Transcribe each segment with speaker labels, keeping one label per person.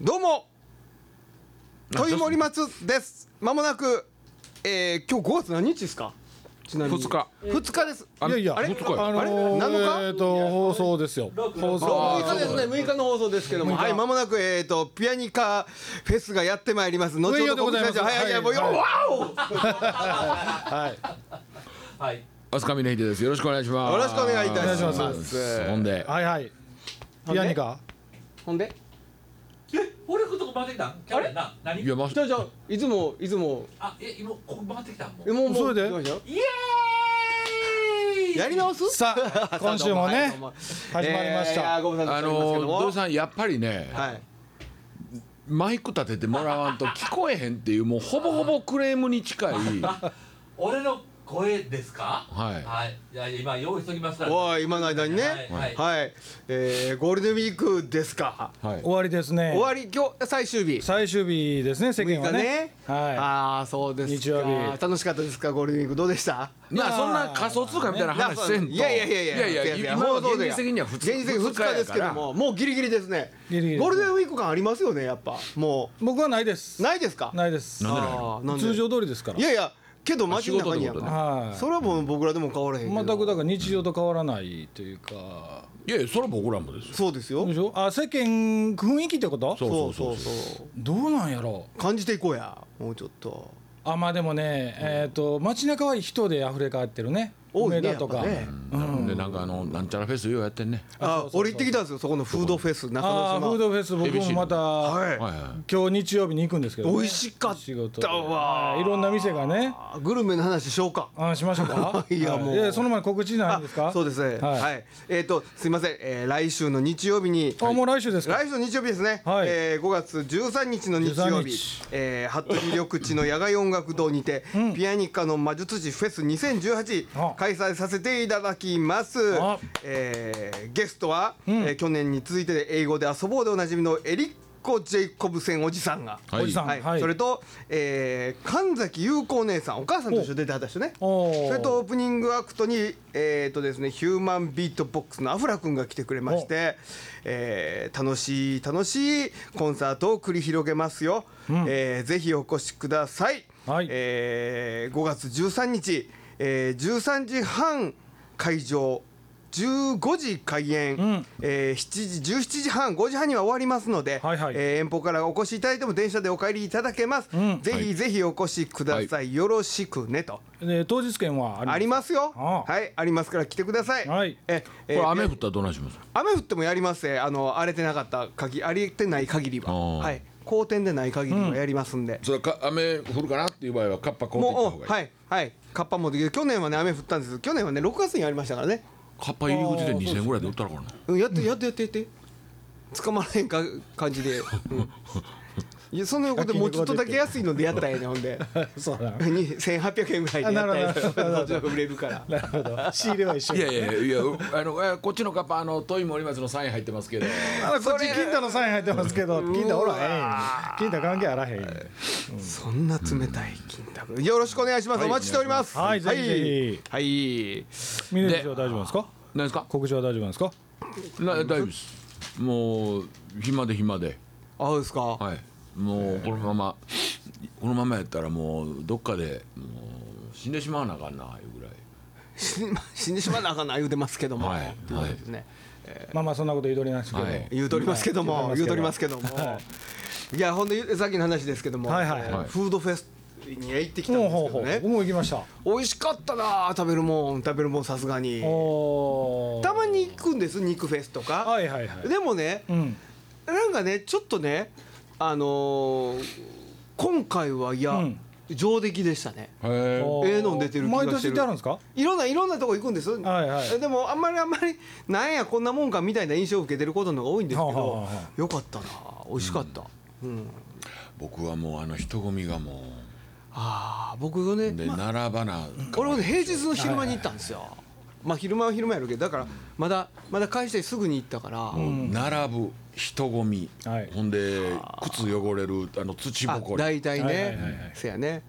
Speaker 1: どうも問い森松ですまもなく、えー、今日5月何日ですかちなみに
Speaker 2: 二日
Speaker 1: 2日です
Speaker 2: あ
Speaker 1: あ
Speaker 2: れ
Speaker 3: いやいや
Speaker 2: あれ
Speaker 3: もうちょっと
Speaker 2: あ
Speaker 1: あれ
Speaker 3: ー
Speaker 1: 7日
Speaker 3: えっと放送ですよ放送
Speaker 1: 6日ですね6日の放送ですけどもはいまもなくえっ、とピアニカフェスがやってまいります後
Speaker 3: 上
Speaker 1: ほ
Speaker 3: 野で
Speaker 1: ど
Speaker 3: ご
Speaker 1: 僕
Speaker 3: ざい
Speaker 1: た
Speaker 3: ま
Speaker 1: ち
Speaker 3: す
Speaker 1: ははいはいやもうよ、
Speaker 3: はい
Speaker 1: わお
Speaker 3: はい
Speaker 4: はい。
Speaker 2: 飛鳥峰秀ですよろしくお願いします
Speaker 1: よろしくお願いいたします
Speaker 3: お願いし
Speaker 1: ます
Speaker 2: ほんで
Speaker 3: はいはい
Speaker 1: なんで
Speaker 3: ピアニカ
Speaker 1: ほんで
Speaker 4: え、俺のこと回ってきたんキャプテンな。何
Speaker 2: いやま
Speaker 1: じゃあじゃあいつもいつも
Speaker 4: あ、え、今、ここ回ってきたもう
Speaker 1: え。もうもう
Speaker 3: それで
Speaker 1: 行きましたよ
Speaker 4: イエーイ
Speaker 1: やり直す
Speaker 3: さあ今週もね
Speaker 1: どう はい
Speaker 3: 始まりまし
Speaker 1: えーいや
Speaker 3: た
Speaker 1: ーご無沙汰
Speaker 2: あ
Speaker 1: しておりますけど
Speaker 2: の土
Speaker 1: も
Speaker 2: 井さんやっぱりね、
Speaker 1: はい
Speaker 2: マイク立ててもらわんと聞こえへんっていうもうほぼほぼクレームに近い
Speaker 4: あ俺の声ですか
Speaker 2: はい
Speaker 4: はい。じゃあ今用意しときますから。
Speaker 1: おい今の間にね
Speaker 4: はい
Speaker 1: はいえーゴールデンウィークですか
Speaker 2: はい
Speaker 3: 終わりですね
Speaker 1: 終わり今日最終日
Speaker 3: 最終日ですね世間は
Speaker 1: 六日
Speaker 3: ねは
Speaker 1: ああそうですか
Speaker 3: 日曜日
Speaker 1: 楽しかったですかゴールデンウィークどうでした
Speaker 2: まあそんな仮想通貨みたいな話せんと
Speaker 1: いやいやいやいや
Speaker 2: いやいや今は現実的には普
Speaker 1: 現
Speaker 2: 通
Speaker 1: 実的2日ですけどももうギリギリですね
Speaker 3: ギリギリですね
Speaker 1: ゴールデンウィーク感ありますよねやっぱも
Speaker 3: い僕はないです
Speaker 1: うないですか
Speaker 3: ないです
Speaker 2: なんでない
Speaker 1: あーなんで
Speaker 3: 通常通りですから
Speaker 1: いやいやけど街の中にやん
Speaker 2: 仕事ってこと
Speaker 1: か
Speaker 3: はい
Speaker 1: それはもう僕らでも変わらへんけど
Speaker 3: 全くだから日常と変わらないというか
Speaker 2: いやいやそれは僕らもですよ
Speaker 1: そうですよ
Speaker 3: どうでしょうあ世間雰囲気ってこと
Speaker 2: そう
Speaker 1: そうそうそう
Speaker 3: どうなんやろう
Speaker 1: 感じていこうやもうちょっと
Speaker 3: あまあでもね、えっ、と街中は人で溢れ返ってるね。
Speaker 1: 多いね
Speaker 3: 梅田とか。
Speaker 1: やっぱね
Speaker 2: うんでなんかあのなんちゃらフェスようやってんね
Speaker 1: あ俺行ってきたんですよそこのフードフェス中
Speaker 3: ああ
Speaker 1: 之
Speaker 3: フー
Speaker 1: 島
Speaker 3: ドフェス僕もまた、
Speaker 1: はい
Speaker 2: はいはい
Speaker 3: 今日日曜日に行くんですけど、
Speaker 1: 美味しかったわ
Speaker 3: 仕事ではいいろんな店がね。
Speaker 1: あグルメの話しようか
Speaker 3: あしましょうか
Speaker 1: 。いやもう
Speaker 3: その前に告知ないんですか。
Speaker 1: そうですねは、
Speaker 3: はいい。
Speaker 1: えっ、とすいません、えー、来週の日曜日に
Speaker 3: あもう来週ですか。
Speaker 1: 来週の日曜日ですね、
Speaker 3: はい
Speaker 1: えー5月13日の日曜
Speaker 3: 13
Speaker 1: 日
Speaker 3: 日
Speaker 1: えー服部緑地の野外音楽堂にて、ピアニカの魔術師フェス2018
Speaker 3: あ
Speaker 1: 開催させていただきます
Speaker 3: あ、
Speaker 1: えーゲストは、えー去年に続いて英語で遊ぼうでおなじみのエリッコ・ジェイコブセンおじさんが。
Speaker 2: はい
Speaker 3: おじさん
Speaker 1: は
Speaker 3: はいい。
Speaker 1: それと、えー神崎優子お姉さんお母さんと一緒に出てはった人ね
Speaker 3: おー
Speaker 1: それとオープニングアクトに、えーとですね、ヒューマンビートボックスのアフラ君が来てくれまして、えー楽しい楽しいコンサートを繰り広げますよ、えーぜひお越しください、
Speaker 3: はい
Speaker 1: えー5月13日、えー13時半会場15時開演、
Speaker 3: ん
Speaker 1: えー7時17時半5時半には終わりますので、
Speaker 3: はいはい
Speaker 1: えー遠方からお越しいただいても電車でお帰りいただけます、
Speaker 3: ん
Speaker 1: ぜひぜひお越しください、よろしくねと
Speaker 3: で当日券は
Speaker 1: あ
Speaker 3: あ
Speaker 1: り
Speaker 3: りま
Speaker 1: ますよ
Speaker 3: ああ
Speaker 1: はいありますから来てください、
Speaker 3: はい
Speaker 1: ええ
Speaker 2: これ雨降
Speaker 1: え
Speaker 2: ったらどうなんします
Speaker 1: 雨降ってもやりますえあの荒れてなかった限り荒れてない限りは
Speaker 2: ああ
Speaker 1: はい好天でない限りはやりますんで、
Speaker 2: それか雨降るかなっていう場合はカッパ買
Speaker 1: もうおはいはいカッパもできる去年はね雨降ったんです去年はね6月にやりましたからね
Speaker 2: カッパ入り口で2000円ぐらいで売ったらかな
Speaker 1: うんやってやってやってやって捕まらへんか感じで、うん、いやその横でもうちょっとだけ安いのでやったらええねほんで
Speaker 3: す。そうだな。
Speaker 1: に1800円ぐらいでやったらええね
Speaker 3: あなるほど
Speaker 1: そっちの方が売れるから
Speaker 3: なるほど。 仕入れは一緒。
Speaker 2: いやいやいやあのえこっちのカッパあのトイ森松のサイン入ってますけど
Speaker 3: あこっち金太のサイン入ってますけど、金太おらへん。金太関係あらへん。
Speaker 1: そんな冷たい金額よろしくお願いします、お待ちしております
Speaker 3: はいぜひぜひ
Speaker 1: はい
Speaker 3: ミネルは大丈夫なんですか。
Speaker 2: 何ですか
Speaker 3: 告知は大丈夫なんですか。
Speaker 2: な大丈夫ですもう暇で暇で
Speaker 1: あそうですか、
Speaker 2: はいもうこのままこのままやったらもうどっかでもう死んでしまわなあかんないうぐらい
Speaker 1: 死に死んでしまうなあかんな言うてますけども、
Speaker 2: はい
Speaker 1: ということですね、
Speaker 3: まあまあそんなこと言うとりなんですけど。
Speaker 2: はい
Speaker 1: 言うとりますけども、
Speaker 3: はい
Speaker 1: 言うとりますけども、い、やほんでさっきの話ですけども、
Speaker 3: はいはいはい
Speaker 1: フードフェスに行ってきたんで
Speaker 3: ほう
Speaker 1: すけ
Speaker 3: ほう
Speaker 1: ど
Speaker 3: ほう
Speaker 1: ね、
Speaker 3: 僕も行きました
Speaker 1: 美味しかったなあ食べるもん食べるもんさすがに
Speaker 3: おー
Speaker 1: たまに行くんです肉フェスとか、
Speaker 3: はいはいはい
Speaker 1: でもね
Speaker 3: うん
Speaker 1: なんかねちょっとねあのー今回はいや、
Speaker 3: うん
Speaker 1: 上出来でしたね
Speaker 2: へ
Speaker 3: おー
Speaker 1: ええの出てる気がしてる
Speaker 3: 毎年行ってあるんですか
Speaker 1: いろんないろんなとこ行くんです、
Speaker 3: はいはい
Speaker 1: でもあんまりあんまりなんやこんなもんかみたいな印象を受けてることの方が多いんですけど、
Speaker 3: はあはあはあ
Speaker 1: よかったな美味しかった、うん
Speaker 2: 僕はもうあの人混みがも
Speaker 1: ああ僕がね、
Speaker 2: うで
Speaker 1: まあ
Speaker 2: 並ばな
Speaker 1: 俺もね平日の昼間に行ったんですよ、まあ昼間は昼間やるけどだからまだまだ会社にすぐに行ったから、
Speaker 2: 並ぶ人混み、
Speaker 3: はい
Speaker 2: ほんで靴汚れるあの土ぼ
Speaker 1: あ
Speaker 2: こり
Speaker 1: 大体ね、
Speaker 3: はいはいはいはい
Speaker 1: せやね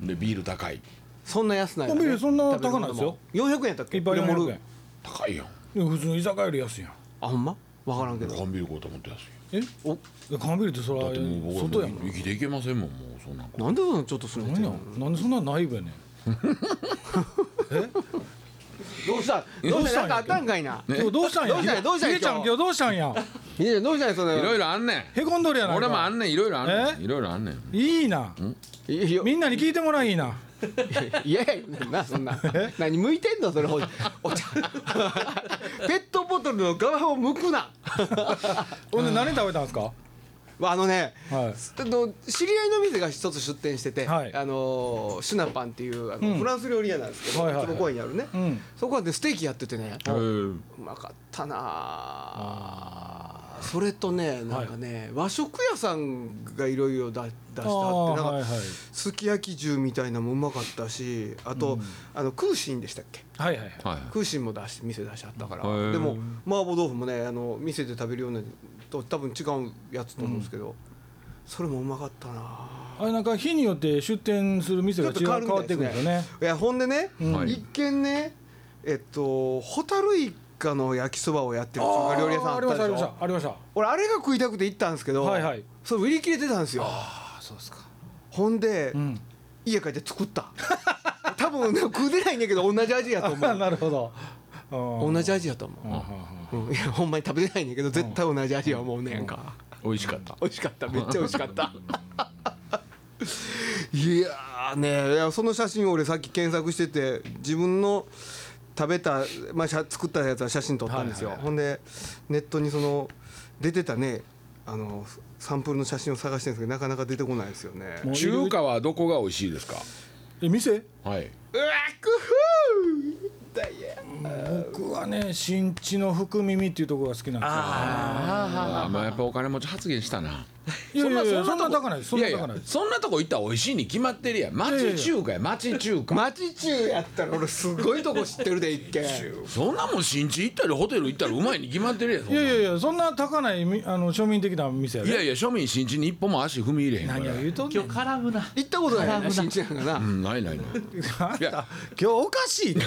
Speaker 2: でビール高い
Speaker 1: そんな安ないよ
Speaker 3: コンビ
Speaker 1: ね
Speaker 3: ニそんな高ないですよ
Speaker 1: 食べるものも400円やったっけ
Speaker 3: いっぱい
Speaker 1: プレモル
Speaker 3: 400円
Speaker 2: 高いやん
Speaker 3: でも普通の居酒屋より安いやん
Speaker 1: あほんま分からんけど
Speaker 2: 缶ビール買うと思って安い
Speaker 3: えお缶ビールってそれ
Speaker 2: だ
Speaker 3: は
Speaker 2: ってもう僕
Speaker 3: 外
Speaker 2: は
Speaker 3: や
Speaker 2: も
Speaker 3: も
Speaker 2: う生き
Speaker 3: ん
Speaker 2: ていけませんもんもうそんなん
Speaker 1: なんでそんなちょっとするの
Speaker 3: 何やなんでそんな内部やねん
Speaker 1: どうした
Speaker 3: え
Speaker 1: どうしたなんかあったんかいな。
Speaker 3: 今日どうしたんや
Speaker 1: どうしたんやどうしたんや
Speaker 3: ヒデちゃん
Speaker 1: 今日
Speaker 3: 今日どうしたんや
Speaker 1: いやどうしたんやそ
Speaker 2: いろ
Speaker 1: れ。
Speaker 2: いろあんねん
Speaker 3: へこんどるやないか
Speaker 2: 俺もあんねんいろいろあんねん
Speaker 3: え
Speaker 2: いろいろあんねん
Speaker 3: いいない
Speaker 1: やいや
Speaker 3: みんなに聞いてもらいいない
Speaker 1: やいやなそんな。何向いてんのそれおお茶。ペットボトルの側を向くな。
Speaker 3: ほんで何食べたんですか
Speaker 1: あのね。
Speaker 3: はい
Speaker 1: あの知り合いの店が一つ出店してて、
Speaker 3: はい
Speaker 1: あのシュナパンっていうあの、
Speaker 3: うん
Speaker 1: フランス料理屋なんですけど、
Speaker 3: はいはいはい
Speaker 1: その公園にあるね、
Speaker 3: うん
Speaker 1: そこはでステーキやっててね、
Speaker 2: へ
Speaker 1: う
Speaker 2: ー
Speaker 1: まかったなあそれとねなんかね、和食屋さんがいろいろ出したってなん
Speaker 3: あ
Speaker 1: か、
Speaker 3: ーはいはい
Speaker 1: すき焼き重みたいなのもうまかったしあと、あの空心でしたっけ
Speaker 3: はいはいはい
Speaker 2: はい
Speaker 1: 空心も出して店出しちゃったから、
Speaker 2: へえ
Speaker 1: でも麻婆豆腐もねあの店で食べるようなと多分違うやつと思うんですけど、それもうまかったな
Speaker 3: あれなんか日によって出店する店が違う
Speaker 1: ち
Speaker 3: 変
Speaker 1: ょ
Speaker 3: わ
Speaker 1: っと変わ
Speaker 3: っ
Speaker 1: る
Speaker 3: てい
Speaker 1: み
Speaker 3: くん
Speaker 1: たい
Speaker 3: で
Speaker 1: ですす
Speaker 3: よ
Speaker 1: ね
Speaker 3: ね
Speaker 1: いやほんでね、
Speaker 2: はい
Speaker 1: 一見ねえっとホタルイカの焼きそばをやってる中華料理屋さんあ
Speaker 3: あ
Speaker 1: っ
Speaker 3: りましたたあ
Speaker 1: で
Speaker 3: りま
Speaker 1: し
Speaker 3: し
Speaker 1: ょ
Speaker 3: たありました
Speaker 1: 俺あれが食いたくて行ったんですけど、
Speaker 3: はいはい
Speaker 1: それ売り切れてたんですよ
Speaker 3: あそうですか
Speaker 1: ほんで、
Speaker 3: うん
Speaker 1: 家帰って作った 多分ね食うてないんだけど同じ味やと
Speaker 3: あ
Speaker 1: 思
Speaker 3: なるほど
Speaker 1: う
Speaker 3: 同
Speaker 1: 同じ味やと思
Speaker 3: うんう
Speaker 1: う、
Speaker 3: ん
Speaker 1: うんいやほんまに食べてないんだけど絶対同じ味や思うねんか、
Speaker 2: 美味しかった
Speaker 1: 美味しかっためっちゃ美味しかった いやーねいやその写真を俺さっき検索してて自分の食べた、まあ、しゃ作ったやつは写真撮ったんですよ、
Speaker 3: はいはい
Speaker 1: ほんでネットにその出てたねあのサンプルの写真を探してるんですけどなかなか出てこないですよね
Speaker 3: もう
Speaker 2: 中華はどこが美味しいですか
Speaker 3: え店
Speaker 2: はい。
Speaker 1: うわくふーダイヤ
Speaker 3: 僕はね新地の福耳っていうところが好きなん
Speaker 2: ああ、まあやっぱお金持ち発言したな。
Speaker 3: ですよいやいやいやそ
Speaker 2: そ
Speaker 3: ん
Speaker 2: ん
Speaker 3: な
Speaker 2: な
Speaker 3: 高ないですそん
Speaker 2: い
Speaker 3: な
Speaker 2: やい
Speaker 3: 高
Speaker 2: や
Speaker 3: ないです
Speaker 2: そんなとこ行ったら美味しいに決まってるやん。町中華や町中華。
Speaker 1: 町中やったら俺すごいとこ知ってるで一見
Speaker 2: そんなもん新地行ったりホテル行ったらうまいに決まってるやん。そん
Speaker 3: い
Speaker 2: な
Speaker 3: や
Speaker 2: ん
Speaker 3: いやいやそんな高ないみあの庶民的な店や
Speaker 2: い
Speaker 3: で
Speaker 2: やいや庶民新地に一歩も足踏み入れへんから。
Speaker 3: 何を言うとんね
Speaker 4: 今
Speaker 3: ん
Speaker 4: 日絡むな
Speaker 1: 行ったことないな新地やからな、
Speaker 2: うんないないない。
Speaker 3: あん
Speaker 2: いや
Speaker 3: た今日おかしいね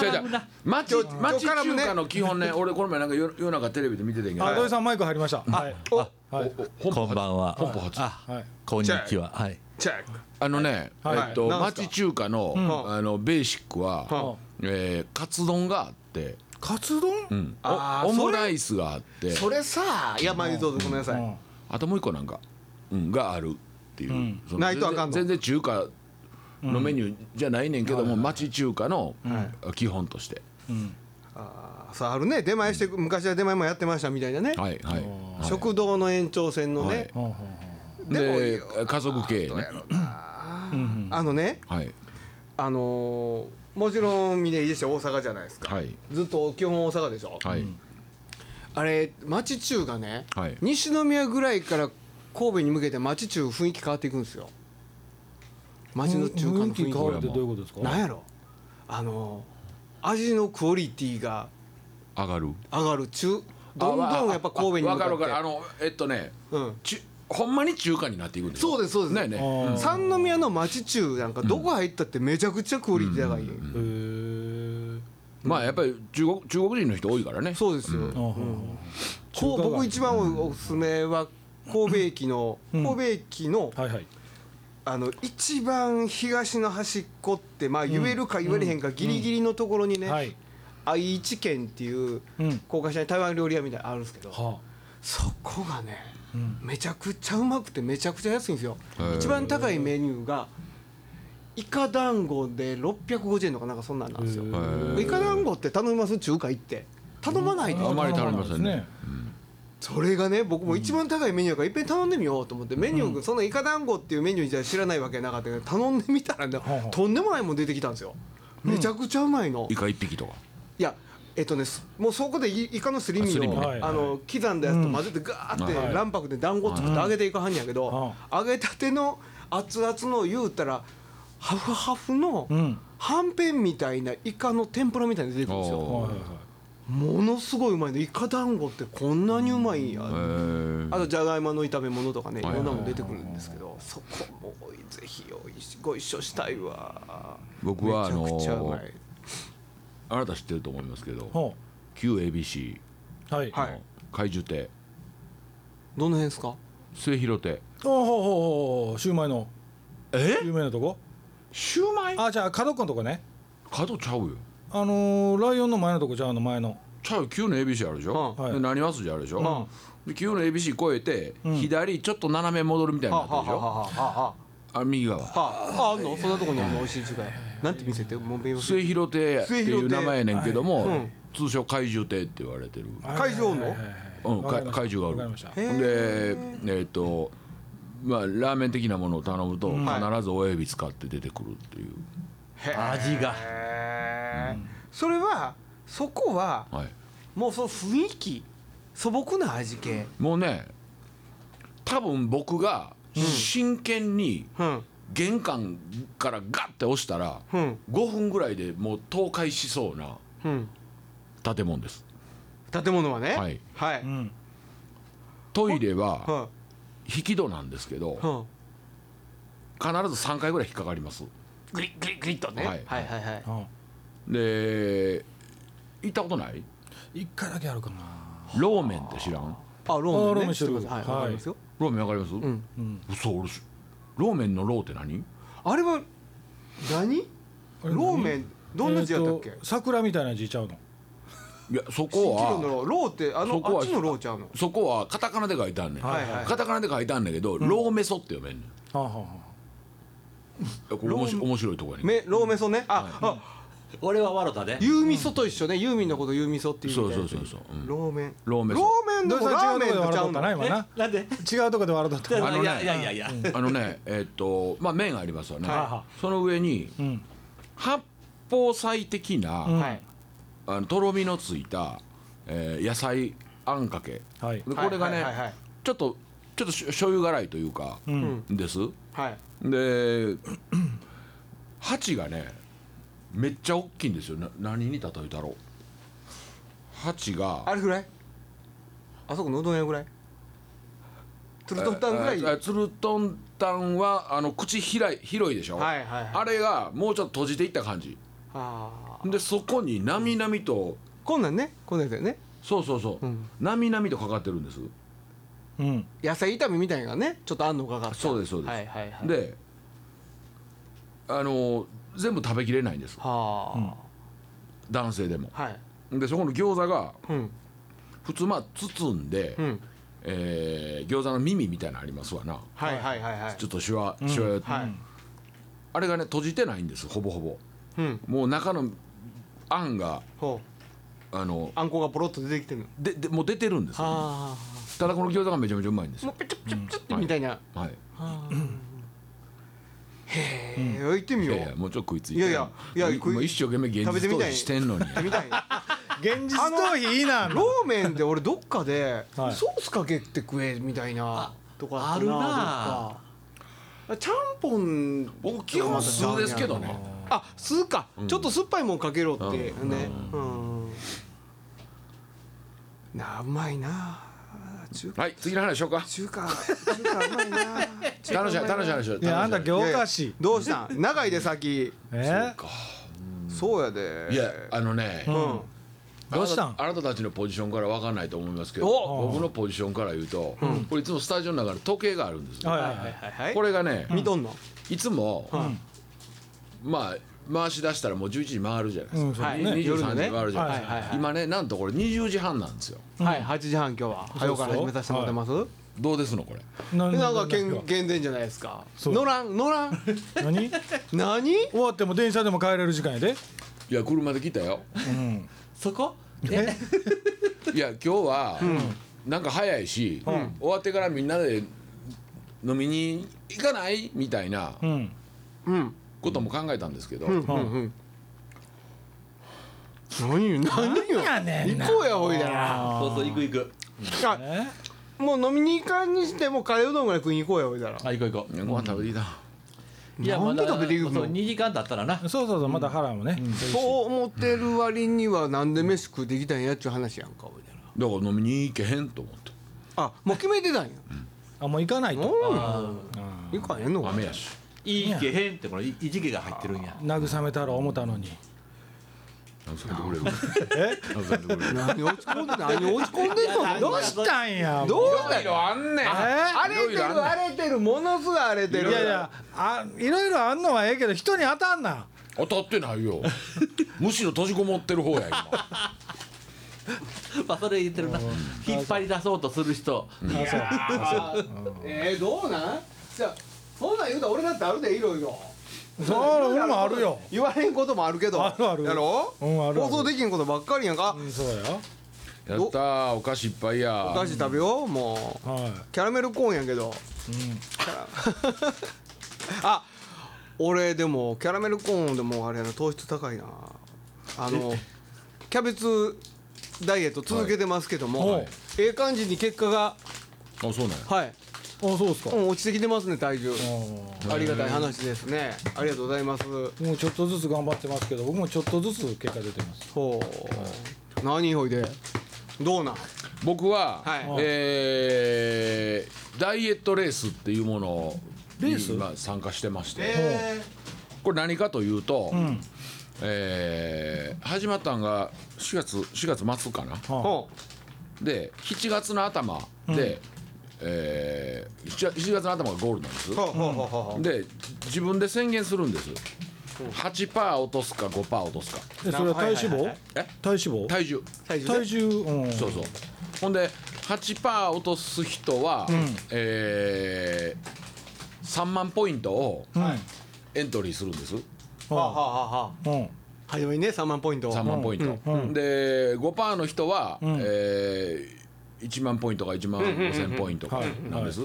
Speaker 2: じゃじ
Speaker 4: 絡む
Speaker 2: ゃ
Speaker 4: な
Speaker 2: 町
Speaker 1: 今日
Speaker 2: 町
Speaker 1: 今日絡む
Speaker 2: 中
Speaker 1: ね
Speaker 2: 華の基本ね。俺この前なんか夜夜中テレビで見てたんやけど。
Speaker 3: あ土井さんマイク入りましたはい
Speaker 1: お
Speaker 3: はい
Speaker 2: おお
Speaker 5: こんばんは。
Speaker 2: 本邦初
Speaker 5: あ、
Speaker 3: はい
Speaker 5: こんにちは。はい。
Speaker 1: チェック
Speaker 2: あのね、
Speaker 3: はい
Speaker 2: えっと
Speaker 1: なんすか
Speaker 2: 町中華の、
Speaker 1: ん
Speaker 2: あのベーシックは、
Speaker 1: は
Speaker 2: えーカツ丼があって、
Speaker 3: カツ丼
Speaker 2: うんお
Speaker 1: あー
Speaker 2: オムライスがあって、
Speaker 1: それさいやまあどうぞごめんなさい、
Speaker 3: うん
Speaker 2: あともう一個なんか、うん、があるっていう、
Speaker 3: ん
Speaker 2: その
Speaker 1: ないとあかんの
Speaker 2: 全然全然中華のメニューじゃないねんけども、町中華の、基本として、
Speaker 1: あーそうあるね出前してく昔は出前もやってましたみたいなね、
Speaker 2: はいはい、はい
Speaker 1: 食堂の延長線のね、
Speaker 2: はい
Speaker 3: うんうんうん
Speaker 2: で家族経営ね
Speaker 1: あのね
Speaker 2: はい
Speaker 1: あのーもちろん峰岸大阪じゃないですか、
Speaker 2: はい
Speaker 1: ずっと基本大阪でしょ、
Speaker 2: はい、
Speaker 1: あれ町中がね、
Speaker 2: はい
Speaker 1: 西宮ぐらいから神戸に向けて町中雰囲気変わっていくんですよ町の中華の
Speaker 3: 雰囲
Speaker 1: 雰囲
Speaker 3: 気
Speaker 1: 気
Speaker 3: 変わるってどういうことですか
Speaker 1: なんやろあのー味のクオリティが
Speaker 2: 上がる
Speaker 1: 上がる中どんどんやっぱ神戸に向
Speaker 2: 分
Speaker 1: か
Speaker 2: かる
Speaker 1: っ
Speaker 2: 分か
Speaker 1: て
Speaker 2: るあのえっとね
Speaker 1: うん
Speaker 2: ちほんまに中華になっていくんです
Speaker 1: そうですそうです
Speaker 2: だよね
Speaker 3: あー
Speaker 1: 三宮の町中なんかどこ入ったってめちゃくちゃクオリティ高い、
Speaker 3: へー
Speaker 2: まあやっぱり中国中国人の人多いからね
Speaker 1: そうですよ、
Speaker 3: あはは
Speaker 1: こう
Speaker 3: 中華街
Speaker 1: 僕一番おおすすめは神戸駅の、
Speaker 3: うん
Speaker 1: 神戸駅の
Speaker 3: はいはい
Speaker 1: あの一番東の端っこってまあ言えるか言われへんかギリギリのところにね、
Speaker 3: はい
Speaker 1: 愛知県っていう
Speaker 3: うん
Speaker 1: 高架下に台湾料理屋みたいなのあるんですけど、
Speaker 3: は
Speaker 1: そこがね、
Speaker 3: ん
Speaker 1: めちゃくちゃうまくてめちゃくちゃ安いんですよ
Speaker 2: へー
Speaker 1: 一番高いメニューがイカ団子で650円とかなんかそんなんなんですよ
Speaker 3: へ
Speaker 2: ー
Speaker 1: イカ団子って頼みます中華行って頼まないで
Speaker 2: あんまり頼みませんね
Speaker 1: それがね僕も一番高いメニューがいっぺん頼んでみようと思ってメニューそのイカ団子っていうメニューじゃ知らないわけなかったけど頼んでみたらね
Speaker 3: はあはあ
Speaker 1: とんでもないもん出てきたんですよめちゃくちゃうまいの
Speaker 2: イカ一匹とか
Speaker 1: いやえっとねすもうそこでイイカのすり身
Speaker 2: あすり身
Speaker 1: を
Speaker 2: ね
Speaker 3: はい
Speaker 1: あの刻んだやつと混ぜてガーっ
Speaker 3: はい
Speaker 1: て卵白で団子作って揚げていくはんやけど揚げたての熱々の言うたらハフハフの
Speaker 3: うん
Speaker 1: はんぺんみたいなイカの天ぷらみたいなの出てくるんですよ
Speaker 3: はい
Speaker 2: お
Speaker 3: はいはい
Speaker 1: ものすごいうまいのイカ団子ってこんなにうまいんや
Speaker 2: へー
Speaker 1: あとじゃがいもの炒め物とかねい
Speaker 2: はい
Speaker 1: ろんなもん出てくるんですけどそこもぜひおいしご一緒したいわ
Speaker 2: 僕はあのー
Speaker 1: めちゃくちゃうまい
Speaker 2: あなた知ってると思いますけど
Speaker 3: ほ
Speaker 2: 旧 ABC
Speaker 3: うはい
Speaker 1: はい
Speaker 2: 怪獣亭
Speaker 1: どの辺ですか
Speaker 2: 末広亭
Speaker 3: おおほうほうほうシューマイの
Speaker 2: え
Speaker 3: 有名なとこ
Speaker 2: シューマイ
Speaker 3: あじゃあ角っこのとこね
Speaker 2: 角ちゃうよ
Speaker 3: あのー、ライオンの前のとこじゃあの前の
Speaker 2: ちゃう旧の ABC あるでしょ、
Speaker 1: うん
Speaker 3: はい
Speaker 2: で何ますじゃあるでしょ、で旧の ABC 越えて、
Speaker 3: ん
Speaker 2: 左ちょっと斜め戻るみたいにな
Speaker 1: は
Speaker 2: っ
Speaker 1: あ
Speaker 2: てる
Speaker 1: は
Speaker 2: でしょ、
Speaker 1: あはあは
Speaker 2: あ右側
Speaker 1: あはあはああんのそんなとこにあるの美味しい時間なんて見せてもう見ます
Speaker 2: 末広亭っていう名前やねんけども、
Speaker 1: はいうん
Speaker 2: 通称怪獣亭って言われてる、
Speaker 1: 会場の
Speaker 2: うん、
Speaker 3: わ
Speaker 2: か
Speaker 3: かりました
Speaker 2: 怪獣がある
Speaker 3: わかりました
Speaker 2: でえっ、とまあラーメン的なものを頼むと
Speaker 1: はい
Speaker 2: 必ず親指使って出てくるっていう、
Speaker 1: 味がそれはそこは
Speaker 2: はい、
Speaker 1: もうその雰囲気素朴な味系
Speaker 2: もうね多分僕が真剣に
Speaker 1: うん
Speaker 2: 玄関からガッて押したら
Speaker 1: うん
Speaker 2: 5分ぐらいでもう倒壊しそうな
Speaker 1: うん
Speaker 2: 建物です
Speaker 1: 建物はねは
Speaker 2: はい
Speaker 1: いうはい
Speaker 3: ん
Speaker 2: トイレは
Speaker 1: は
Speaker 2: 引き戸なんですけど
Speaker 1: いは
Speaker 2: 必ず3回ぐらい引っかかります
Speaker 1: いグリッグリッグリッとねは
Speaker 2: はいい
Speaker 1: はいはい
Speaker 3: うん
Speaker 2: で行ったことない
Speaker 3: 一回だけあるかな
Speaker 2: ローメンって知らん
Speaker 1: あローメンね
Speaker 3: あローメンしてる
Speaker 1: はいわかりますよ
Speaker 2: ローメンわかります、
Speaker 1: ん
Speaker 3: うん
Speaker 2: 嘘俺しローメンのローって何
Speaker 1: あれは何
Speaker 3: あれ
Speaker 1: ローメンどんな字やったっけ
Speaker 3: えーと桜みたいな字ちゃうの
Speaker 2: いやそ
Speaker 1: 新
Speaker 2: こ
Speaker 1: キロのロー
Speaker 2: は
Speaker 1: ローってあの
Speaker 2: そこ
Speaker 1: あ
Speaker 2: は
Speaker 1: っちのローちゃうの
Speaker 2: そこはカタカナで書いてあんねん、
Speaker 1: はいはい
Speaker 2: カタカナで書いてあんねんけど、ローメソって読めんねんい
Speaker 3: はあはあは
Speaker 2: やこれおもし面白いとこやねん
Speaker 1: めローメソねああ
Speaker 4: 俺はワロタで
Speaker 1: ユーミソと一緒ねユーミンのことユーミソっていう
Speaker 2: そう
Speaker 1: みたい
Speaker 2: そ
Speaker 1: な
Speaker 2: うそうそう、うん
Speaker 1: ローメン
Speaker 2: ローメン
Speaker 1: ロ
Speaker 2: ソ
Speaker 1: ーメン
Speaker 3: い
Speaker 1: で
Speaker 3: どう
Speaker 1: も
Speaker 3: せ
Speaker 1: ラー
Speaker 3: 違う
Speaker 1: メン
Speaker 3: とことで
Speaker 1: ちゃ
Speaker 3: 笑
Speaker 1: う
Speaker 3: うった
Speaker 1: の
Speaker 3: な今な
Speaker 4: なんで
Speaker 3: 違うとこで笑うとっ
Speaker 4: い
Speaker 3: た
Speaker 2: あのね
Speaker 4: やいやいやいや
Speaker 2: あのねえっとまあ麺がありますよね、
Speaker 1: は
Speaker 2: その上に
Speaker 3: うん
Speaker 2: 八宝菜的な、
Speaker 3: うん
Speaker 1: はい
Speaker 2: あのとろみのついた、えー野菜あんかけ
Speaker 3: はい
Speaker 2: でこれがね、
Speaker 1: はいはいはい
Speaker 2: ちょっとちょっとし醤油辛いというか、
Speaker 3: うん
Speaker 2: です
Speaker 1: はい
Speaker 2: で 鉢がねめっちゃ大きいんですよな何に例えたろう鉢
Speaker 1: あ
Speaker 2: が
Speaker 1: れぐらいあそこのうどん屋ぐらいトゥルトンタンぐらい
Speaker 2: ああ
Speaker 1: はい
Speaker 2: つるとんたんはあの口広い広いでしょ、
Speaker 1: はいはい
Speaker 2: あれがもうちょっと閉じていった感じ
Speaker 1: あー
Speaker 2: でそこになみなみと
Speaker 1: こんなんねこんなんですよね
Speaker 2: そうそうそう
Speaker 1: うん
Speaker 2: なみなみとかかってるんです
Speaker 3: うん
Speaker 1: 野菜炒めみたいなのがねちょっとあんのかかった
Speaker 2: そうですそうです
Speaker 1: はいはいはい
Speaker 2: であの全部食べきれないんです
Speaker 1: はあ、
Speaker 3: うん
Speaker 2: 男性でも
Speaker 1: はい
Speaker 2: でそこの餃子が
Speaker 1: うん
Speaker 2: 普通まあ包んで、
Speaker 1: うん
Speaker 2: えー餃子の耳みたいなのありますわな
Speaker 1: はいはいはいはい
Speaker 2: ちょっとシワシワ、
Speaker 1: はい
Speaker 2: あれがね閉じてないんですほぼほぼ
Speaker 1: うん
Speaker 2: もう中のあんが
Speaker 1: ほ
Speaker 2: あの
Speaker 1: うあんこがポロッと出てきてるの
Speaker 2: ででもう出てるんですよ
Speaker 1: は
Speaker 2: ただこの餃子がめちゃめちゃうまいんです
Speaker 1: あも
Speaker 2: よ
Speaker 1: うペチャペチャペチャってみたいな、
Speaker 2: はい
Speaker 1: はあへえ、行ってみ
Speaker 2: い
Speaker 1: よう
Speaker 2: やいやもうちょっと食いつい
Speaker 1: い
Speaker 2: て
Speaker 1: やいやいや
Speaker 2: もう
Speaker 1: 食い
Speaker 2: もう一生懸命現実
Speaker 1: 食べてみ
Speaker 2: 逃
Speaker 1: たい
Speaker 2: 避してんのに
Speaker 1: 行ってみたい
Speaker 3: 現実逃避いいな
Speaker 1: ローメンで俺どっかで
Speaker 3: はい
Speaker 1: ソースかけて食えみたいなとかった
Speaker 4: あるな
Speaker 1: どっかちゃんぽん
Speaker 2: 僕基本素ですけどね
Speaker 1: あ酢か、ちょっと酸っぱいもんかけろって、ねうん、なあうまい な中華
Speaker 2: はい次の話しようか
Speaker 1: 中華中華うまいな
Speaker 2: 楽しい楽しい話しよう
Speaker 3: いやあんた
Speaker 2: 楽しい
Speaker 3: 業界誌
Speaker 1: どうしたん長いで先
Speaker 3: え
Speaker 1: そうやで
Speaker 2: いやあのね、
Speaker 1: うん
Speaker 3: どうしたん
Speaker 2: あなたあなたたちのポジションから分かんないと思いますけど
Speaker 1: お
Speaker 2: 僕のポジションから言うと、これいつもスタジオの中で時計があるんですよ、
Speaker 3: はいは
Speaker 1: はい
Speaker 3: い
Speaker 1: は
Speaker 3: はいい
Speaker 1: はいはい
Speaker 2: これがね、
Speaker 1: 見とんの、
Speaker 2: いつも、
Speaker 1: うん
Speaker 2: まあ回し出したらもう11時回るじゃないです
Speaker 3: う
Speaker 2: か、
Speaker 3: んそう
Speaker 1: はい
Speaker 3: ね
Speaker 2: 23
Speaker 1: 夜のね
Speaker 2: 時回るじゃないですか、
Speaker 1: はいはいはい
Speaker 2: 今ねなんとこれ20時半なんですよ
Speaker 1: はい8時半今日は早うから始めさせてもらってます、
Speaker 2: どうですのこれ
Speaker 3: な
Speaker 1: でなん
Speaker 3: な
Speaker 1: かけ
Speaker 3: なんんか
Speaker 1: 健全じゃないですか
Speaker 3: そう
Speaker 1: 乗らん乗らん
Speaker 3: 何
Speaker 1: 何
Speaker 3: 終わっても電車でも帰れる時間やで
Speaker 2: いや車で来たよ
Speaker 3: うん
Speaker 4: そこ
Speaker 3: え
Speaker 2: いや今日は、なんか早いし、終わってからみんなで飲みに行かないみたいな
Speaker 3: うん
Speaker 1: うん
Speaker 2: ことも考えたんですけど、
Speaker 1: うんうん何よ何よ
Speaker 3: やねんな
Speaker 1: 行こうやほいだら
Speaker 4: そうそう行く行く
Speaker 1: あ
Speaker 3: え
Speaker 1: もう飲みに行かんにしてもカレーうどんぐらい食いに行こうやほいだら
Speaker 4: あ行こう行こ
Speaker 2: ご飯食べていいな、
Speaker 4: ういや
Speaker 1: な
Speaker 4: ま
Speaker 1: んで
Speaker 4: だ
Speaker 1: 食べていくの
Speaker 4: そう2時間だったらな
Speaker 3: そうそうそうまだ腹もね
Speaker 1: そう思ってる割にはなんで飯食うてきたんやっちゅう話やんかほいだ
Speaker 2: だから飲みに行けへんと思って
Speaker 1: らあもう決めてたんや
Speaker 3: あもう行かないと
Speaker 1: う
Speaker 3: あ
Speaker 1: ん行かへんのか
Speaker 2: 雨やし
Speaker 4: いいけへんってこれいいじけが入ってるんや
Speaker 3: 慰めたら思ったのに
Speaker 2: 遊んでくれる
Speaker 3: え
Speaker 2: 遊んでくれる
Speaker 1: 何落ち込んで何落ち込んでんの
Speaker 3: どうしたんや
Speaker 1: どう
Speaker 2: いろいろあんねん
Speaker 1: 荒
Speaker 2: いろ
Speaker 1: れ
Speaker 2: い
Speaker 1: てる
Speaker 2: ろあんねん
Speaker 1: 荒れてるものすごい荒れて
Speaker 3: い
Speaker 1: る
Speaker 3: やいやあいろいろあんのはええけど人に当たんな
Speaker 2: 当たってないよ むしろ閉じこもってる方や今
Speaker 4: まあそれ言ってるな引っ張り出そうとする人
Speaker 1: あーえー、どうなんじゃあそんなん言うたら俺だってあるでいろいろ
Speaker 3: そう俺もあるよ
Speaker 1: 言われんこともあるけど
Speaker 3: あるある
Speaker 1: やろ、
Speaker 3: うんあるある
Speaker 1: 放送できんことばっかりやんか、
Speaker 3: うんそうや
Speaker 2: やったーお菓子いっぱいや
Speaker 1: お菓子食べようもう
Speaker 3: はい
Speaker 1: キャラメルコーンやけど、あ俺でもキャラメルコーンでもあれやな糖質高いなあのキャベツダイエット続けてますけども、
Speaker 3: はい
Speaker 1: ええ感じに結果が
Speaker 2: あそうなんや
Speaker 1: はい、
Speaker 3: あそうですか
Speaker 1: うん落ちてきてますね体重
Speaker 3: う
Speaker 1: ありがたい話ですねありがとうございます
Speaker 3: んもうちょっとずつ頑張ってますけど僕もちょっとずつ結果出てます
Speaker 1: ほう何ほいでどうなん
Speaker 2: 僕は、
Speaker 1: はい
Speaker 2: えーダイエットレースっていうものに
Speaker 3: レース
Speaker 2: 今参加してまして、
Speaker 1: え
Speaker 2: これ何かというと、えー始まったんが4月4月末かな
Speaker 1: ー、
Speaker 3: は
Speaker 1: ほう
Speaker 2: で7月の頭で、えー、7, 月7月の頭がゴールなんです
Speaker 1: ほうほうほうほうほう
Speaker 2: で自分で宣言するんです8%落とすか5%落とすか
Speaker 3: あえそれは体脂
Speaker 1: はいはい
Speaker 3: 肪
Speaker 1: はい
Speaker 2: え
Speaker 3: 体脂肪
Speaker 2: 体重
Speaker 1: 体重ね
Speaker 3: 体重うん
Speaker 2: そうそうほんで8%落とす人は、えー、3万ポイントを
Speaker 3: うん
Speaker 2: エントリーするんです
Speaker 1: はあはあはあはあ
Speaker 3: うん
Speaker 1: 初めにね3万ポイント
Speaker 2: 3万ポイント、
Speaker 3: うんうん
Speaker 2: で5%の人は、えー、1万ポイントか1万5000ポイントか
Speaker 3: はい
Speaker 2: なんです、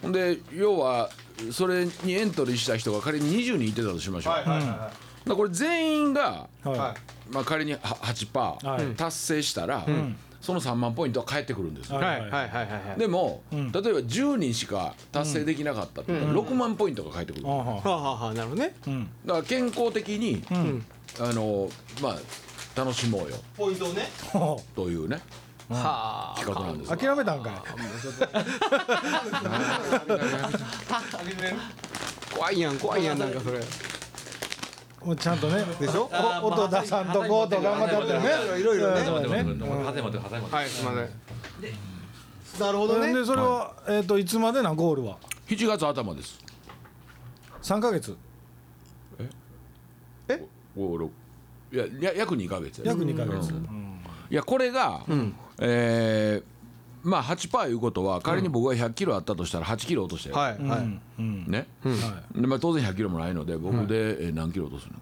Speaker 2: ほんで要はそれにエントリーした人が仮に20人いてたとしましょう、
Speaker 1: はい
Speaker 2: だか
Speaker 1: はいは
Speaker 2: らこれ全員が、
Speaker 1: い
Speaker 3: は
Speaker 1: はい
Speaker 2: まあ、仮には
Speaker 3: はい
Speaker 2: 8%達成したら、その3万ポイントは返ってくるんです、
Speaker 1: い
Speaker 3: は
Speaker 1: はいいはいはいはいはい
Speaker 2: でも、
Speaker 3: ん
Speaker 2: 例えば10人しか達成できなかったってことは6万ポイントが返ってくる、
Speaker 3: あ
Speaker 2: だか
Speaker 1: はあは
Speaker 3: は
Speaker 1: あはあなるほどね
Speaker 3: うん
Speaker 2: ら健康的に、
Speaker 3: ん
Speaker 2: あのまあ楽しもうよ
Speaker 1: ポイントね
Speaker 3: は
Speaker 2: というね
Speaker 1: はあ
Speaker 2: 企画なんです
Speaker 3: あ諦めたんかい
Speaker 1: 怖いやん怖いやんなんかそれ
Speaker 3: もうちゃんとね
Speaker 1: でしょ
Speaker 4: あ
Speaker 3: お
Speaker 4: ー
Speaker 3: 音出さんとこうと頑張ってやってるね
Speaker 1: いろいろね
Speaker 3: そう
Speaker 4: 待
Speaker 3: だ
Speaker 4: って
Speaker 3: ね
Speaker 4: 待って待って待って待って待って
Speaker 1: はいすいませんなるほど
Speaker 3: な
Speaker 1: ね
Speaker 3: んでそれはえっといつまでなんゴールは
Speaker 2: 7月頭です
Speaker 3: 三ヶ月
Speaker 2: 56いやや約2ヶ月やね
Speaker 3: 約2ヶ月
Speaker 2: うんいやこれが、えーまあ8%いうことは仮に僕が1 0 0キロあったとしたら8キロ落としてる、
Speaker 1: はいは
Speaker 3: う
Speaker 1: い
Speaker 3: んうん
Speaker 2: ね、
Speaker 3: は
Speaker 2: でまあ、当然100キロもないので僕で、えー何キロ落とすの、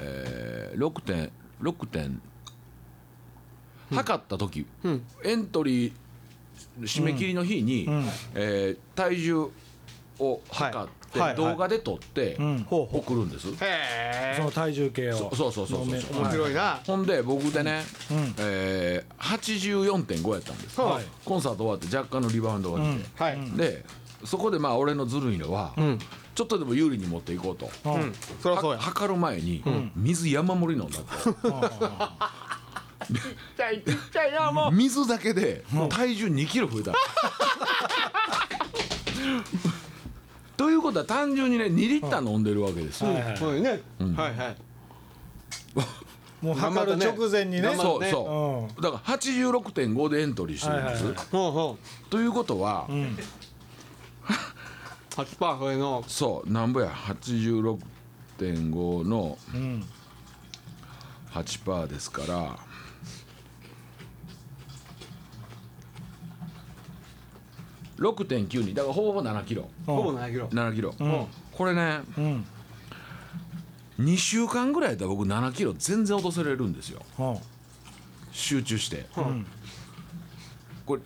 Speaker 2: えー、6点6点測った時、エントリー締め切りの日に、えー体重を測
Speaker 1: は
Speaker 2: って、
Speaker 1: いはいはい
Speaker 2: 動画で撮って、
Speaker 3: ん
Speaker 1: ほうほ
Speaker 2: 送るんです、
Speaker 1: へ
Speaker 3: いそ
Speaker 1: え
Speaker 3: の体重計を
Speaker 2: そうそうそうそう
Speaker 3: の
Speaker 1: 面白いな
Speaker 2: ほんで僕でね、
Speaker 3: ん
Speaker 2: えー、84.5やったんです、
Speaker 1: はい
Speaker 2: コンサート終わって若干のリバウンドが来て、
Speaker 1: はい
Speaker 2: でそこでまあ俺のずるいのは、ちょっとでも有利に持っていこうと。
Speaker 3: うん
Speaker 1: うんそりゃそうや
Speaker 2: は測る前に水山盛り飲んだって、
Speaker 1: ちゃいちっちゃいなも
Speaker 2: 水だけで体重2キロ増えた、 ということは単純にね2リッター飲んでるわけですよ、
Speaker 3: はいはい
Speaker 1: そうよねはいはい
Speaker 3: もう測る直前にね
Speaker 1: 頑張っ
Speaker 2: そう
Speaker 1: ね
Speaker 2: そう、だから86.5でエントリーしてるんです、
Speaker 3: はいはいは
Speaker 1: ほうほ
Speaker 2: ということは、
Speaker 1: う8パーそれの
Speaker 2: そうなんぼや86.5の
Speaker 3: うん
Speaker 2: 8%ですから6.9にだからほぼ7キロ
Speaker 1: ほぼ7キロ
Speaker 2: 7キロ、
Speaker 1: ん
Speaker 2: これね
Speaker 3: うん
Speaker 2: 2週間ぐらいだったら僕7キロ全然落とせれるんですよ
Speaker 3: うん
Speaker 2: 集中して、
Speaker 1: ん
Speaker 2: これ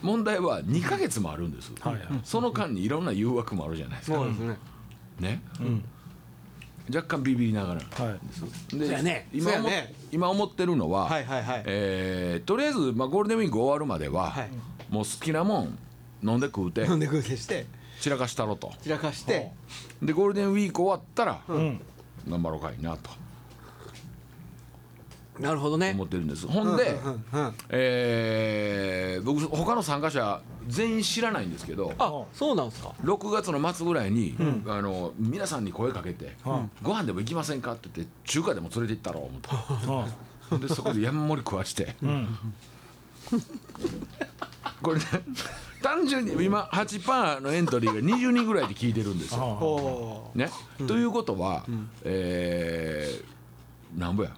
Speaker 2: 問題は2ヶ月もあるんです、
Speaker 3: はいはい
Speaker 2: その間にいろんな誘惑もあるじゃないですか、
Speaker 1: そうですね
Speaker 2: ね、若干ビビりながら、
Speaker 3: はい
Speaker 2: で
Speaker 1: そやねそ
Speaker 2: 今
Speaker 1: や
Speaker 2: 思
Speaker 1: ね
Speaker 2: 今思ってるのは、
Speaker 1: はいはいはい
Speaker 2: えーとりあえず、まあ、ゴールデンウィーク終わるまでは、
Speaker 1: はい
Speaker 2: もう好きなもん飲んで食うて
Speaker 1: 飲んでくれてして
Speaker 2: 散らかしたろと
Speaker 1: 散らかして
Speaker 2: でゴールデンウィーク終わったら、
Speaker 3: ん
Speaker 2: 頑張ろうかいなと
Speaker 1: なるほどね
Speaker 2: 思ってるんですほんで、
Speaker 1: うんうんうん
Speaker 2: えー僕他の参加者全員知らないんですけど
Speaker 3: う
Speaker 4: あ
Speaker 3: ん
Speaker 4: そうなんですか
Speaker 2: 6月の末ぐらいに、あの皆さんに声かけて、
Speaker 3: うん
Speaker 2: ご飯でも行きませんかって言って中華でも連れて行ったろう思ってほんでそこで山盛り食わして
Speaker 3: うんうん
Speaker 2: これね単純に今8パーのエントリーが20人ぐらいで聞いてるんですよ。
Speaker 3: あ
Speaker 1: お
Speaker 3: ー
Speaker 1: ー
Speaker 2: ねということは、えー、なんぼや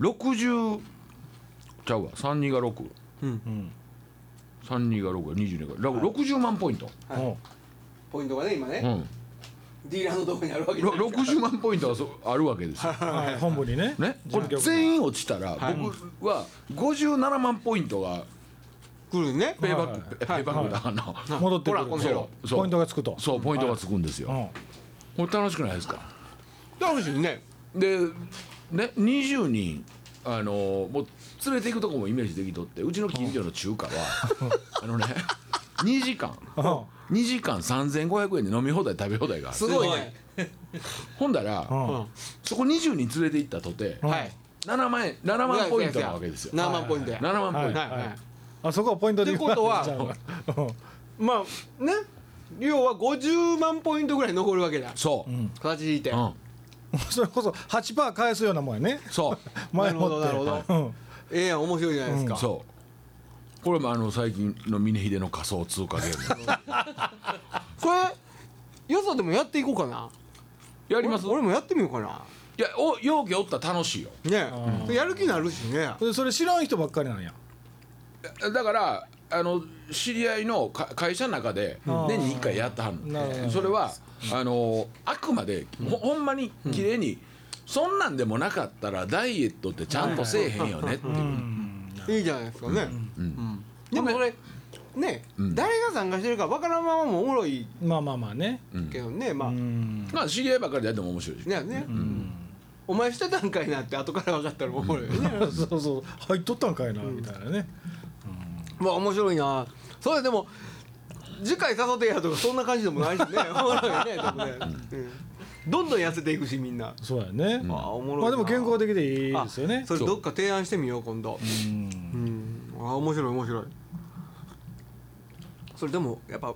Speaker 2: 60ちゃうわ32が632
Speaker 3: うん
Speaker 2: が6が22が6 60万ポイント、
Speaker 3: うん
Speaker 1: ポイントがね今
Speaker 2: う
Speaker 1: ね、
Speaker 2: ん、
Speaker 1: ディーラーのとこにあるわけじゃないですか
Speaker 2: 60万ポイントはそあるわけですよ。
Speaker 3: あ本部にね
Speaker 2: ね、これ全員落ちたら僕は57万ポイントが
Speaker 1: 来るね
Speaker 2: ペイバックペイペイバックだからな
Speaker 3: 戻ってく
Speaker 1: ほ
Speaker 3: る
Speaker 1: らこの
Speaker 3: そう
Speaker 2: そう
Speaker 3: ポイントがつくと
Speaker 2: そうポイントがつくんです
Speaker 3: う
Speaker 2: よ。
Speaker 3: ん
Speaker 2: これ楽しくないですか
Speaker 1: 楽しいね
Speaker 2: で、ね、20人あのもう連れて行くとこもイメージできとってうちの近所の中華はあのね2時間
Speaker 3: うん
Speaker 2: 2時間3500円で飲み放題食べ放題がある
Speaker 1: すごいね
Speaker 2: ほんだら、
Speaker 3: うん
Speaker 1: うん
Speaker 2: そこ20人連れて行ったとて、
Speaker 1: はい
Speaker 2: 7万円7万ポイントなわけですよ
Speaker 1: 7万ポイントや
Speaker 2: 7万ポイント、
Speaker 1: はいはい
Speaker 3: あそこはポイントでいく
Speaker 1: ってことは
Speaker 3: うん
Speaker 1: まあね要は50万ポイントぐらい残るわけだ
Speaker 2: そう、うん
Speaker 1: 形でいて
Speaker 3: それこそ8パー返すようなもんやね
Speaker 2: そう
Speaker 3: 前もって
Speaker 1: なるほどなる
Speaker 3: うん
Speaker 1: ええやん面白いじゃないですか
Speaker 2: そうこれもあの最近の峰秀の仮想通貨ゲーム
Speaker 1: これよそでもやっていこうかな
Speaker 2: やります
Speaker 1: 俺俺もやってみようかない
Speaker 2: やお容器おったら楽しいよ
Speaker 1: ねえやる気になるしね
Speaker 3: でそれ知らん人ばっかりなんや
Speaker 2: だからあの知り合いのか会社の中で
Speaker 3: ん
Speaker 2: 年に1回やってはる
Speaker 3: なるほど
Speaker 2: のそれはあのあくまでほほんまに綺麗にそんなんでもなかったらダイエットってちゃんとせえへんよねっていう
Speaker 1: いいじゃないですかね、うんでもそれね、
Speaker 2: ん
Speaker 1: 誰が参加してるかわからんままもおもろい
Speaker 3: まあまあまあね
Speaker 1: けどね、まあ
Speaker 3: う
Speaker 1: ね
Speaker 3: ん
Speaker 2: まあ知り合いばっかりでやっても面白いし
Speaker 1: ね、お前してたんかいなって後から分かったらおもろいよね、
Speaker 3: そうそう入っとったんかいなみたいなね
Speaker 1: まあ面白いなそれでも次回誘ってやとかそんな感じでも ないしねおもろいよねでもね、うんどんどん痩せていくしみんな、
Speaker 3: そうやね
Speaker 1: あ
Speaker 3: ま
Speaker 1: あおもろいな
Speaker 3: あでも健康的でいいですよね
Speaker 1: あそれどっか提案してみよう今度
Speaker 3: うん
Speaker 1: うんあ面白い面白いそれでもやっぱ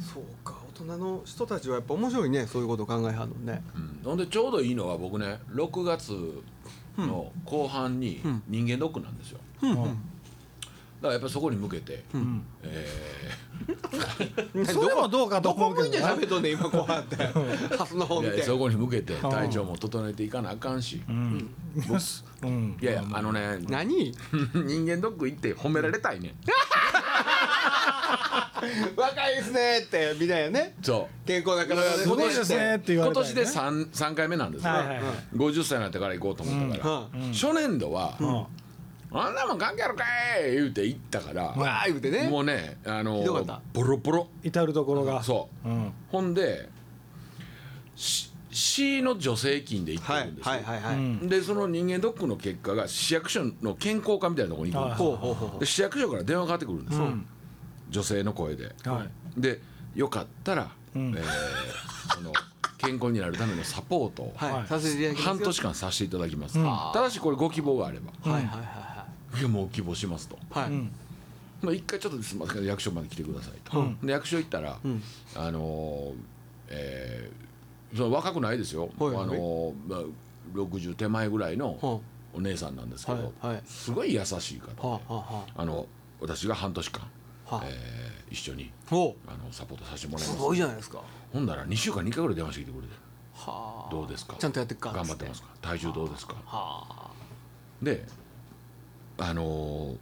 Speaker 1: そうか大人の人たちはやっぱ面白いねそういうこと考えはんのね
Speaker 2: うんほんでちょうどいいのは僕ね6月の後半に人間ドックなんですよだからやっぱりそこに向けてえ
Speaker 3: それもどうか
Speaker 1: ど
Speaker 3: と思
Speaker 1: こ
Speaker 3: う
Speaker 1: 向い
Speaker 3: け
Speaker 1: て
Speaker 3: どな
Speaker 1: 喋っとんねん今こうやって ハスの方
Speaker 2: ーい
Speaker 1: 見
Speaker 2: や
Speaker 1: て
Speaker 2: そこに向けて体調も整えていかなあかんし
Speaker 3: うんうん
Speaker 2: いやいやあのね
Speaker 1: 何
Speaker 2: 人間ドック行って褒められたいね、
Speaker 1: 若いですねってみたいなね
Speaker 2: そ
Speaker 1: 健康な
Speaker 2: うだから
Speaker 1: 体
Speaker 3: す
Speaker 2: 今
Speaker 3: ごい
Speaker 2: 年
Speaker 3: で
Speaker 2: です
Speaker 3: ねって言わ
Speaker 2: 今
Speaker 3: れた
Speaker 2: 年
Speaker 3: り
Speaker 2: で
Speaker 3: ね
Speaker 2: 3, 三回目なんですよ、
Speaker 3: はいはいはい
Speaker 2: 50歳になってから行こうと思ったから、
Speaker 1: うん
Speaker 2: 初年度は、
Speaker 3: うん
Speaker 2: あんなもん関係あるかい!」言うて行ったから、
Speaker 1: わー言うてね
Speaker 2: もうねあの
Speaker 1: ひどかった
Speaker 2: ボロボロ
Speaker 3: 至る所が
Speaker 2: そう
Speaker 3: うん
Speaker 2: ほんでし C の助成金で行って
Speaker 1: は
Speaker 2: る
Speaker 1: い
Speaker 2: んですよ、
Speaker 1: はいはいはい、
Speaker 3: うん
Speaker 2: でその人間ドックの結果が市役所の健康課みたいなところに行くんですよ
Speaker 1: ほうほうほうほう
Speaker 2: で市役所から電話かかってくるんですよ、
Speaker 3: うん
Speaker 2: 女性の声で、
Speaker 3: はい
Speaker 2: でよかったら、
Speaker 3: うん
Speaker 2: えー その健康になるためのサポートを
Speaker 1: はい、
Speaker 3: はい
Speaker 1: させていただきますよ
Speaker 2: 半年間させていただきます、
Speaker 3: うん
Speaker 2: ただしこれご希望があれば
Speaker 1: はいはいはい
Speaker 2: 「いやもう希望します」と
Speaker 1: はいはい、
Speaker 3: うん
Speaker 2: 「まあ、一回ちょっとすみません役所まで来てくださいと」
Speaker 1: うん
Speaker 2: で役所行ったら、
Speaker 1: ん
Speaker 2: あのーえーその若くないですよ、
Speaker 1: はいはい
Speaker 2: あのーまあ、60手前ぐらいの
Speaker 1: は
Speaker 2: お姉さんなんですけど、
Speaker 1: はいはい
Speaker 2: すごい優しい方で、
Speaker 1: はあは
Speaker 2: あの私が半年間、
Speaker 1: あはあ、
Speaker 2: えー一緒に
Speaker 1: お
Speaker 2: あのサポートさせてもらい
Speaker 1: す
Speaker 2: ます
Speaker 1: ごいじゃないですか
Speaker 2: ほんなら2週間2回ぐらい電話してきてくれて
Speaker 1: はあ
Speaker 2: どうですか
Speaker 1: ちゃんとやってっか
Speaker 2: 頑張ってますか体重どうですか
Speaker 1: は
Speaker 2: であのー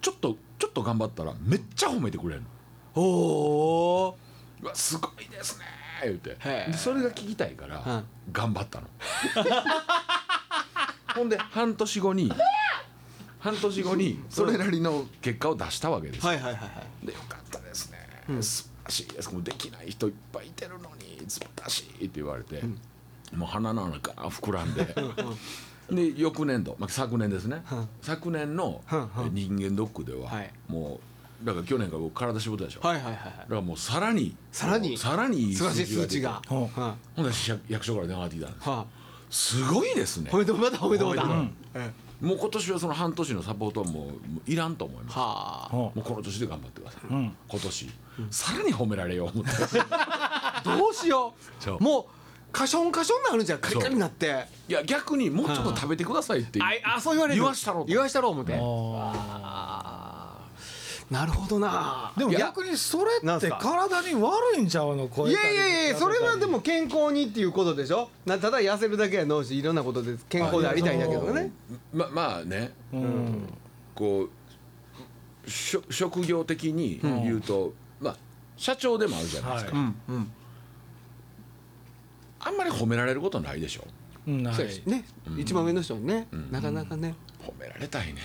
Speaker 2: ちょっとちょっと頑張ったらめっちゃ褒めてくれるの
Speaker 1: あおお
Speaker 2: うわすごいですね言うて
Speaker 1: へえ
Speaker 2: でそれが聞きたいから、
Speaker 1: うん
Speaker 2: 頑張ったの ほんで半年後に半年後にそれなりの結果を出したわけです
Speaker 1: はいはいはいはい
Speaker 2: でよかったですね、素晴らしいですもうできない人いっぱいいてるのに素晴らしいって言われて、もう鼻の穴が膨らんでで翌年度、まあ、昨年ですね、
Speaker 1: うん
Speaker 2: 昨年の
Speaker 1: うんうん
Speaker 2: え人間ドックでは、
Speaker 1: はい
Speaker 2: もうだから去年から僕体仕事でしょ、
Speaker 1: はいはいはいは
Speaker 2: だからもうさらに
Speaker 1: さらに
Speaker 2: さらにいい
Speaker 1: い素晴らしい
Speaker 2: 出
Speaker 1: 数
Speaker 2: て
Speaker 1: 値が
Speaker 3: うん
Speaker 1: うんは
Speaker 2: ほんで市役役所から電話がかかってきたんで
Speaker 1: あ
Speaker 2: すすごいですね
Speaker 1: 褒めてもらった褒めてもらった
Speaker 2: 褒めて
Speaker 1: う
Speaker 2: もら
Speaker 1: ん
Speaker 2: もう今年はその半年のサポートはもうもういらんと思います
Speaker 4: はあ
Speaker 3: うん
Speaker 2: もうこの年で頑張ってください、
Speaker 3: ん
Speaker 2: 今年、さらに褒められよう思って
Speaker 1: どうしよ
Speaker 2: そう
Speaker 1: うもうカションカションになるんじゃんカリカリになって
Speaker 2: いや逆にもうちょっと食べてくださいっていう
Speaker 1: ああそう言われる
Speaker 2: 言わしたろうと
Speaker 1: 言わしたろう思て
Speaker 3: あ
Speaker 1: あーなるほどな
Speaker 3: ーでも
Speaker 1: いや
Speaker 3: 逆にそれ
Speaker 1: なん
Speaker 3: っ
Speaker 1: す
Speaker 3: て
Speaker 1: か
Speaker 3: 体に悪いんちゃうの超
Speaker 1: い
Speaker 3: え
Speaker 1: や
Speaker 3: たり
Speaker 1: いやいやそれはでも健康にっていうことでしょなただ痩せるだけやのうしいろんなことで健康でありたいんだけどね
Speaker 2: ままあね
Speaker 3: うん
Speaker 2: こうしょ職業的に言うと、まあ社長でもあるじゃないですか、
Speaker 3: は
Speaker 1: うん
Speaker 2: あんまり褒められることないでしょ
Speaker 3: うんない
Speaker 2: そうです
Speaker 1: ね一番上の人にねなかなかね
Speaker 2: 褒められたいね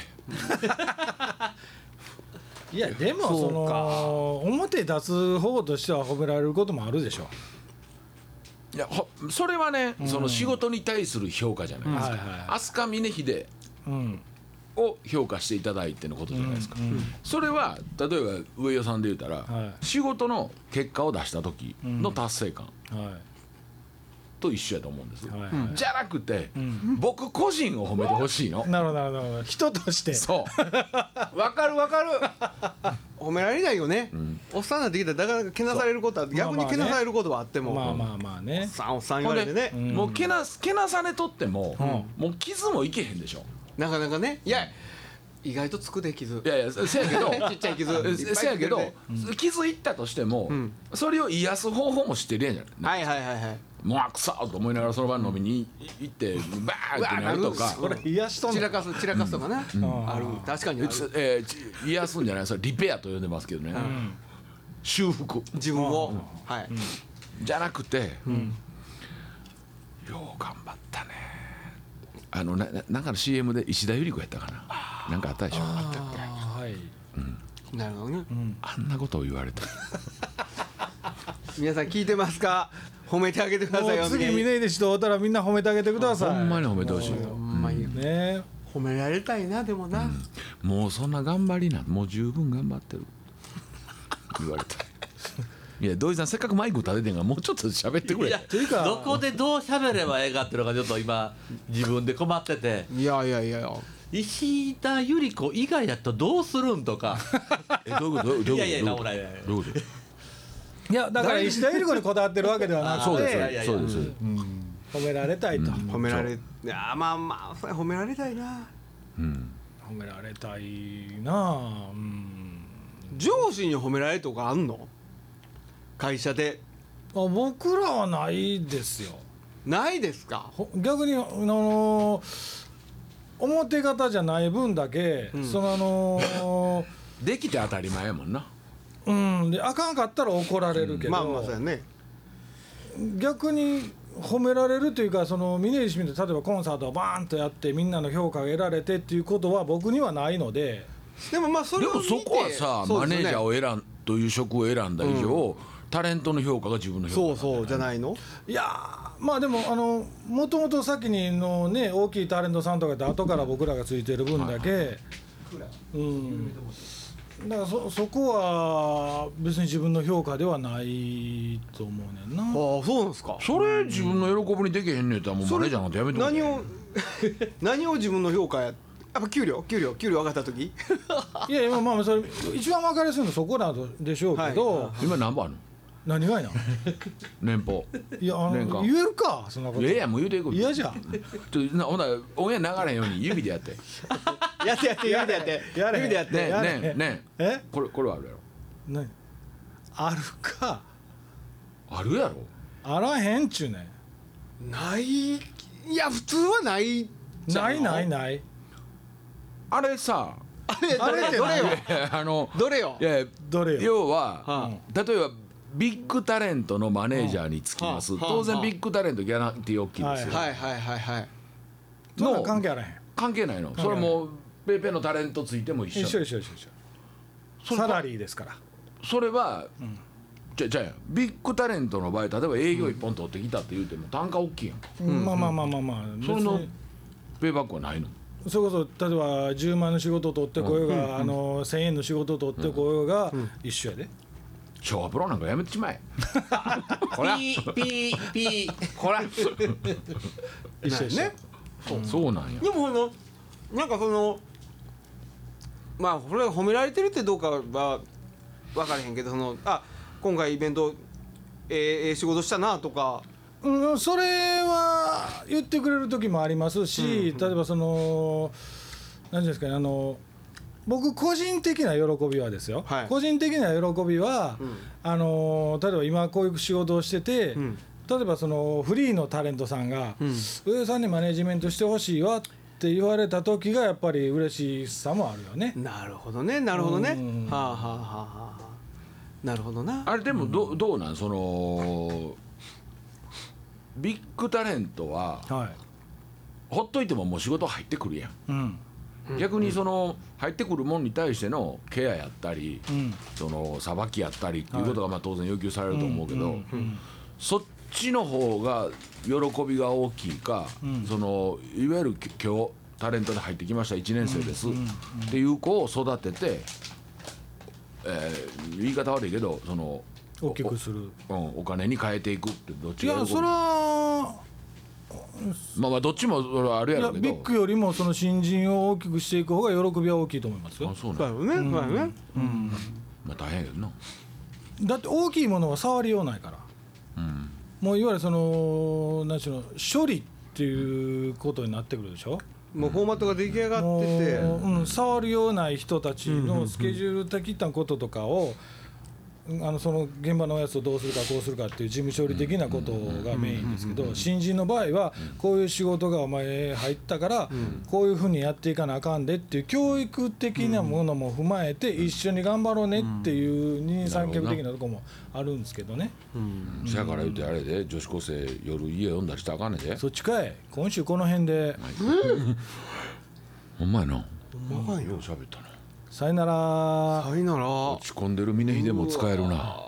Speaker 3: いやでも
Speaker 1: そう
Speaker 3: その表に立つ方としては褒められることもあるでしょ
Speaker 2: いやほそれはね、その仕事に対する評価じゃないですか、
Speaker 3: うんはいはい
Speaker 2: 飛鳥峰秀
Speaker 3: うん
Speaker 2: を評価していただいてのことじゃないですか、それは例えば上与さんで言ったら、
Speaker 3: は
Speaker 2: 仕事の結果を出した時の達成感
Speaker 3: は
Speaker 2: と一緒やと思うんですよ、
Speaker 3: いはい
Speaker 2: じゃなくて、僕個人を褒めてほしいの
Speaker 3: なるほどなるほどなるほど人として
Speaker 2: そうわかるわかる
Speaker 1: 褒められないよねおっさんになってきたらなかなかけなされることは
Speaker 3: う
Speaker 1: 逆にけなされることはあっても
Speaker 3: まあ
Speaker 1: お
Speaker 3: まあまあね
Speaker 1: っさんおっさん言
Speaker 2: ほ
Speaker 1: われ
Speaker 2: んで
Speaker 1: てね
Speaker 2: もうけなすけなされとっても、もう傷もいけへんでしょ
Speaker 1: なかなかねいや意外とつくで傷
Speaker 2: いやいやせせやけど
Speaker 1: ちっちゃい傷
Speaker 2: え
Speaker 1: いっぱい
Speaker 2: せやけど、
Speaker 1: つ
Speaker 2: 傷いったとしても、
Speaker 1: ん
Speaker 2: それを癒す方法も知ってるやんじゃない、
Speaker 1: はいはいはいはい
Speaker 2: もうくそーと思いながらその場に飲みに行ってバーってなると
Speaker 1: うわ
Speaker 2: か
Speaker 1: なる
Speaker 3: これ癒やしとん
Speaker 1: 散
Speaker 3: の
Speaker 1: らかす散らかすとかね
Speaker 3: ん
Speaker 1: ある確かにあ
Speaker 2: え
Speaker 1: る
Speaker 2: つえーち癒すんじゃないそれリペアと呼んでますけどね、修復
Speaker 1: 自分をはい
Speaker 2: じゃなくて、よう頑張ったねあのなななんかの CM で石田ゆり子やったかななんかあったでしょあった
Speaker 3: はい
Speaker 1: なるほどね
Speaker 2: あんなことを言われて
Speaker 1: 皆さん聞いてますか褒めてあげてくだ
Speaker 3: も
Speaker 1: さいよ
Speaker 3: う次
Speaker 1: みんな
Speaker 3: 峰岸と会うたらみんな褒めてあげてください
Speaker 2: ほんまに褒めてほしい
Speaker 1: ほんまに
Speaker 3: ねえ
Speaker 1: 褒められたいなでもな
Speaker 2: もうそんな頑張りなんもう十分頑張ってる言われ たいや土井さんせっかくマイク立ててんがもうちょっと喋ってくれ
Speaker 4: いや
Speaker 3: いうか
Speaker 4: どこでどう喋ればええかっていうのがちょっと今自分で困ってて
Speaker 1: いやいやいや
Speaker 4: 石田ゆり子以外やったらどうするんとか
Speaker 2: えどういうことどう
Speaker 4: いやいや
Speaker 2: いうことど
Speaker 4: な
Speaker 2: う
Speaker 4: い
Speaker 2: い
Speaker 4: ないうない
Speaker 2: ことどういうこと
Speaker 3: いやだから石田ゆり子にこだわってるわけではなく
Speaker 2: そう
Speaker 4: いやい
Speaker 2: で
Speaker 4: や
Speaker 2: す
Speaker 4: い
Speaker 2: そ
Speaker 4: や
Speaker 2: うですそうです
Speaker 3: 褒められたいと
Speaker 1: 褒められいやまあまあそれ褒められたいな
Speaker 3: 褒められたいなあうん
Speaker 1: 上司に褒められるとかあんの会社で
Speaker 3: あ僕らはないですよ
Speaker 1: ないですか
Speaker 3: ほ逆にあのー表方じゃない分だけ、そのあのー
Speaker 2: できて当たり前やもんな
Speaker 3: うんであかんかったら怒られるけど、
Speaker 1: まあまあそうやね
Speaker 3: 逆に褒められるというかその峯岸みたいに例えばコンサートをバーンとやってみんなの評価が得られてっていうことは僕にはないので
Speaker 1: でもまあそ
Speaker 2: で
Speaker 1: れを
Speaker 2: も
Speaker 1: 見て
Speaker 2: そこはさ、
Speaker 1: そ
Speaker 2: マ
Speaker 1: う
Speaker 2: ネ
Speaker 1: です
Speaker 2: ー
Speaker 1: よ
Speaker 2: ジ
Speaker 1: ね
Speaker 2: ャーを選んという職を選んだ以上、タレントの評価が自分の
Speaker 1: そ
Speaker 2: 評
Speaker 1: う
Speaker 2: 価
Speaker 1: そうじゃないの
Speaker 3: いやーまあでもあのもともと先にのね大きいタレントさんとかって後から僕らがついてる分だけ、うん、だからそそこは別に自分の評価ではないと思うねんな。
Speaker 1: ああそうなんですか
Speaker 2: それ自分の喜びにできへんねやったらもうマネージャーなんてやめてくれ
Speaker 1: 何を 何を自分の評価ややっぱ給料給料給料上がった時
Speaker 3: いやいやまあまあそれ一番分かりやすいのはそこなんでしょうけど、
Speaker 1: は
Speaker 2: 今何番あるの
Speaker 3: 何がいな
Speaker 2: 年俸
Speaker 3: いやあ
Speaker 2: 年間
Speaker 3: の言えるかそんなこ
Speaker 2: い
Speaker 3: と
Speaker 2: やいやもう言うていく
Speaker 3: 嫌じゃん
Speaker 2: ちょなほなオンエア流れへんように指で やってね
Speaker 1: やってやってやってやって
Speaker 3: やれ
Speaker 1: 指でやって
Speaker 2: え
Speaker 3: やれ
Speaker 2: ねえねえ
Speaker 3: え
Speaker 2: これこれはあるやろ
Speaker 3: 何あるか
Speaker 2: あるやろ
Speaker 3: あらへんっちゅうね
Speaker 1: ないいや普通はない
Speaker 3: んないない
Speaker 1: な
Speaker 3: ない
Speaker 2: あ れさ
Speaker 1: あれど
Speaker 3: あ
Speaker 1: れ
Speaker 3: れって
Speaker 1: どれよ
Speaker 2: あの
Speaker 1: どれよ
Speaker 2: いやいや
Speaker 3: どれよ
Speaker 2: 要は、
Speaker 1: は
Speaker 2: 例えばビッグタレントのマネージャーにつきます、
Speaker 1: はあはあ
Speaker 2: 当然ビッグタレントギャランティー大きいですよ、
Speaker 1: はいはいはいはい
Speaker 3: そんなん
Speaker 2: の
Speaker 3: 関係あらへん
Speaker 2: 関係ないのそれはもうペーペーのタレントついても一緒
Speaker 3: 一緒一緒一緒一緒サラリーですから
Speaker 2: それは、じゃじゃあやビッグタレントの場合例えば営業一本取ってきたって言うても単価大きいやんか、
Speaker 3: まあまあまあまあまあ別
Speaker 2: それの
Speaker 3: に
Speaker 2: ペイバックはないの
Speaker 3: それこそ例えば10万の仕事を取ってこようがあの1000円の仕事を取ってこようが一緒やで
Speaker 2: 昭和プロなんかやめてしまえ
Speaker 4: ピーピーピー
Speaker 2: こら
Speaker 3: 一緒一緒
Speaker 1: ね
Speaker 2: そうなんや
Speaker 1: でもあのなんかそのまあこれが褒められてるってどうかは分からへんけどそのあ今回イベントえーえー仕事したなとか
Speaker 3: うん、それは言ってくれる時もありますし、例えばその何ですかねあの僕個人的な喜びはですよ、
Speaker 1: はい
Speaker 3: 個人的な喜びは、あの例えば今こういう仕事をしてて、
Speaker 1: ん
Speaker 3: 例えばそのフリーのタレントさんが「
Speaker 1: ん
Speaker 3: 上田さんにマネジメントしてほしいわ」って言われた時がやっぱり嬉しさもあるよね。
Speaker 1: なるほどねなるほどね
Speaker 3: うん
Speaker 1: はあはあはあはあなるほどな
Speaker 2: あれでもど,、うどうなんそのビッグタレントは
Speaker 3: は
Speaker 2: ほっといてももう仕事入ってくるやん、
Speaker 3: い、うん
Speaker 2: 逆にその入ってくるもんに対してのケアやったり、
Speaker 3: うん
Speaker 2: そのさばきやったりっていうことがまあ当然要求されると思うけど、そっちの方が喜びが大きいか、そのいわゆる今日タレントで入ってきました1年生です、っていう子を育てて、えー言い方悪いけどその
Speaker 3: 大きくする
Speaker 2: お,、うん、お金に変えていくってどっ
Speaker 3: い
Speaker 2: ちが喜
Speaker 3: や
Speaker 2: ぶ
Speaker 3: それは
Speaker 2: まあまあどっちもそれはあるや
Speaker 3: い
Speaker 2: ろ
Speaker 3: や
Speaker 2: うけ
Speaker 3: ビ
Speaker 2: ど
Speaker 3: ッグよりもその新人を大きくしていく方が喜びは大きいと思います
Speaker 2: あ
Speaker 3: よ。
Speaker 2: そうなん
Speaker 1: そう
Speaker 2: や
Speaker 1: やろねそうやろね
Speaker 2: まあ大変やけどな
Speaker 3: だって大きいものは触りようないから、もういわゆるその何しろ処理っていうことになってくるでしょ。
Speaker 1: もうフォーマットが出来上がってて
Speaker 3: もううん、触るようない人たちのスケジュール的なこととかを、あのその現場のやつをどうするかこうするかっていう事務処理的なことがメインですけど新人の場合はこういう仕事がお前入ったからこういうふうにやっていかなあかんでっていう教育的なものも踏まえて一緒に頑張ろうねっていう二人三脚的なとこもあるんですけどね
Speaker 2: せやから言うてあれで女子高生夜家読んだりしたらあかんねんで
Speaker 3: そっちかい今週この辺で
Speaker 2: ほんまやな
Speaker 1: うまい
Speaker 2: よう
Speaker 1: よ
Speaker 2: 喋ったな
Speaker 3: さよなら。
Speaker 1: さいなら
Speaker 2: 落ち込んでる峰秀も使えるな